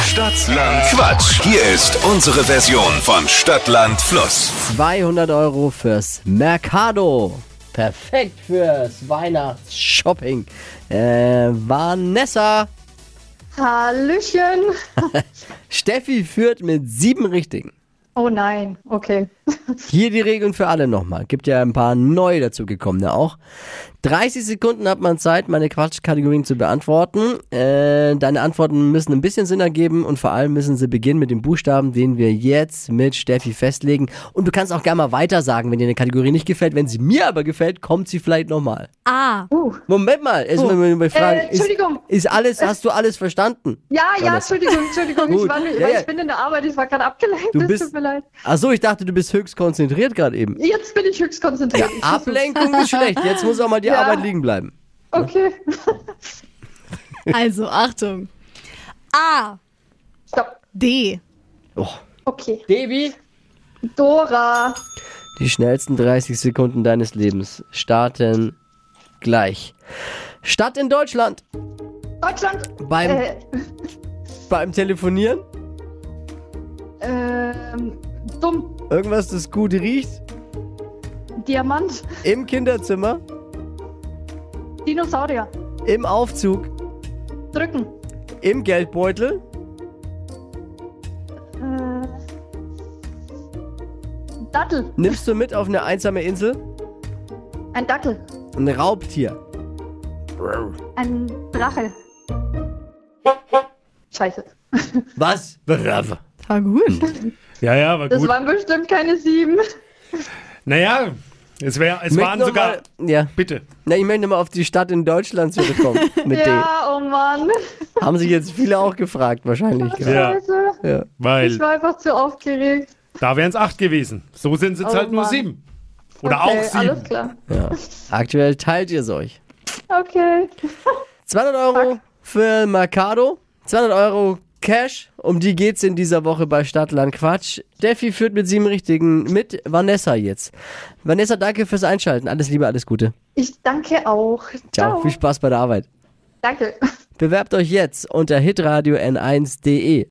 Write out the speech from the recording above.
Stadtland Quatsch. Hier ist unsere Version von Stadtland Fluss. 200 Euro fürs Mercado. Perfekt fürs Weihnachtsshopping. Äh, Vanessa. Hallöchen. Steffi führt mit sieben Richtigen. Oh nein, okay. Hier die Regeln für alle nochmal. Gibt ja ein paar neu dazugekommene auch. 30 Sekunden hat man Zeit, meine Quatschkategorien zu beantworten. Äh, deine Antworten müssen ein bisschen Sinn ergeben und vor allem müssen sie beginnen mit dem Buchstaben, den wir jetzt mit Steffi festlegen. Und du kannst auch gerne mal weiter sagen, wenn dir eine Kategorie nicht gefällt. Wenn sie mir aber gefällt, kommt sie vielleicht nochmal. A. Uh, Moment mal, erstmal mal bei Fragen. Äh, Entschuldigung. Ist, ist alles, hast du alles verstanden? ja, ja, Vanessa. Entschuldigung, Entschuldigung. Gut. Ich, war, nur- Ja, ja. ich bin in der Arbeit, ich war gerade abgelenkt. Du es bist- tut mir leid. Achso, ich dachte, du bist höchst konzentriert gerade eben. Jetzt bin ich höchst konzentriert. Ich versuch's. Ablenkung ist schlecht. Jetzt muss auch mal die Ja. Arbeit liegen bleiben. Okay. Also, Achtung. A. Stopp. D. Oh. Okay. Devi. Dora. Die schnellsten 30 Sekunden deines Lebens starten gleich. Stadt in Deutschland. Deutschland. Beim, Äh, beim Telefonieren. ähm, dumm. Irgendwas, das gut riecht. Diamant. Im Kinderzimmer. Dinosaurier. Im Aufzug. Drücken. Im Geldbeutel. Äh, Dattel. Nimmst du mit auf eine einsame Insel. Ein Dackel. Ein Raubtier. Ein Drache. Scheiße. Was? Brav. War gut. Ja, ja, war Das gut. waren bestimmt keine sieben. naja, es, wär, es Möchte waren noch sogar. Mal, ja. Bitte. Na, ich möchte mal auf die Stadt in Deutschland zurückkommen. Mit Ja, oh Mann. D. Haben sich jetzt viele auch gefragt, wahrscheinlich. gerade. Ja. Scheiße. Ja. Weil Ich war einfach zu aufgeregt. da wären es acht gewesen. So sind es jetzt Oh halt nur Mann. sieben. Oder okay, Alles auch sieben. klar. Aktuell teilt ihr es euch. Okay. 200 Euro für Mercado, 200 Euro Cash. Um die geht's in dieser Woche bei Stadtland Quatsch. Steffi führt mit sieben Richtigen mit Vanessa jetzt. Vanessa, danke fürs Einschalten. Alles Liebe, alles Gute. Ich danke auch. Ciao. Viel Spaß bei der Arbeit. Danke. Bewerbt euch jetzt unter hitradio n1.de.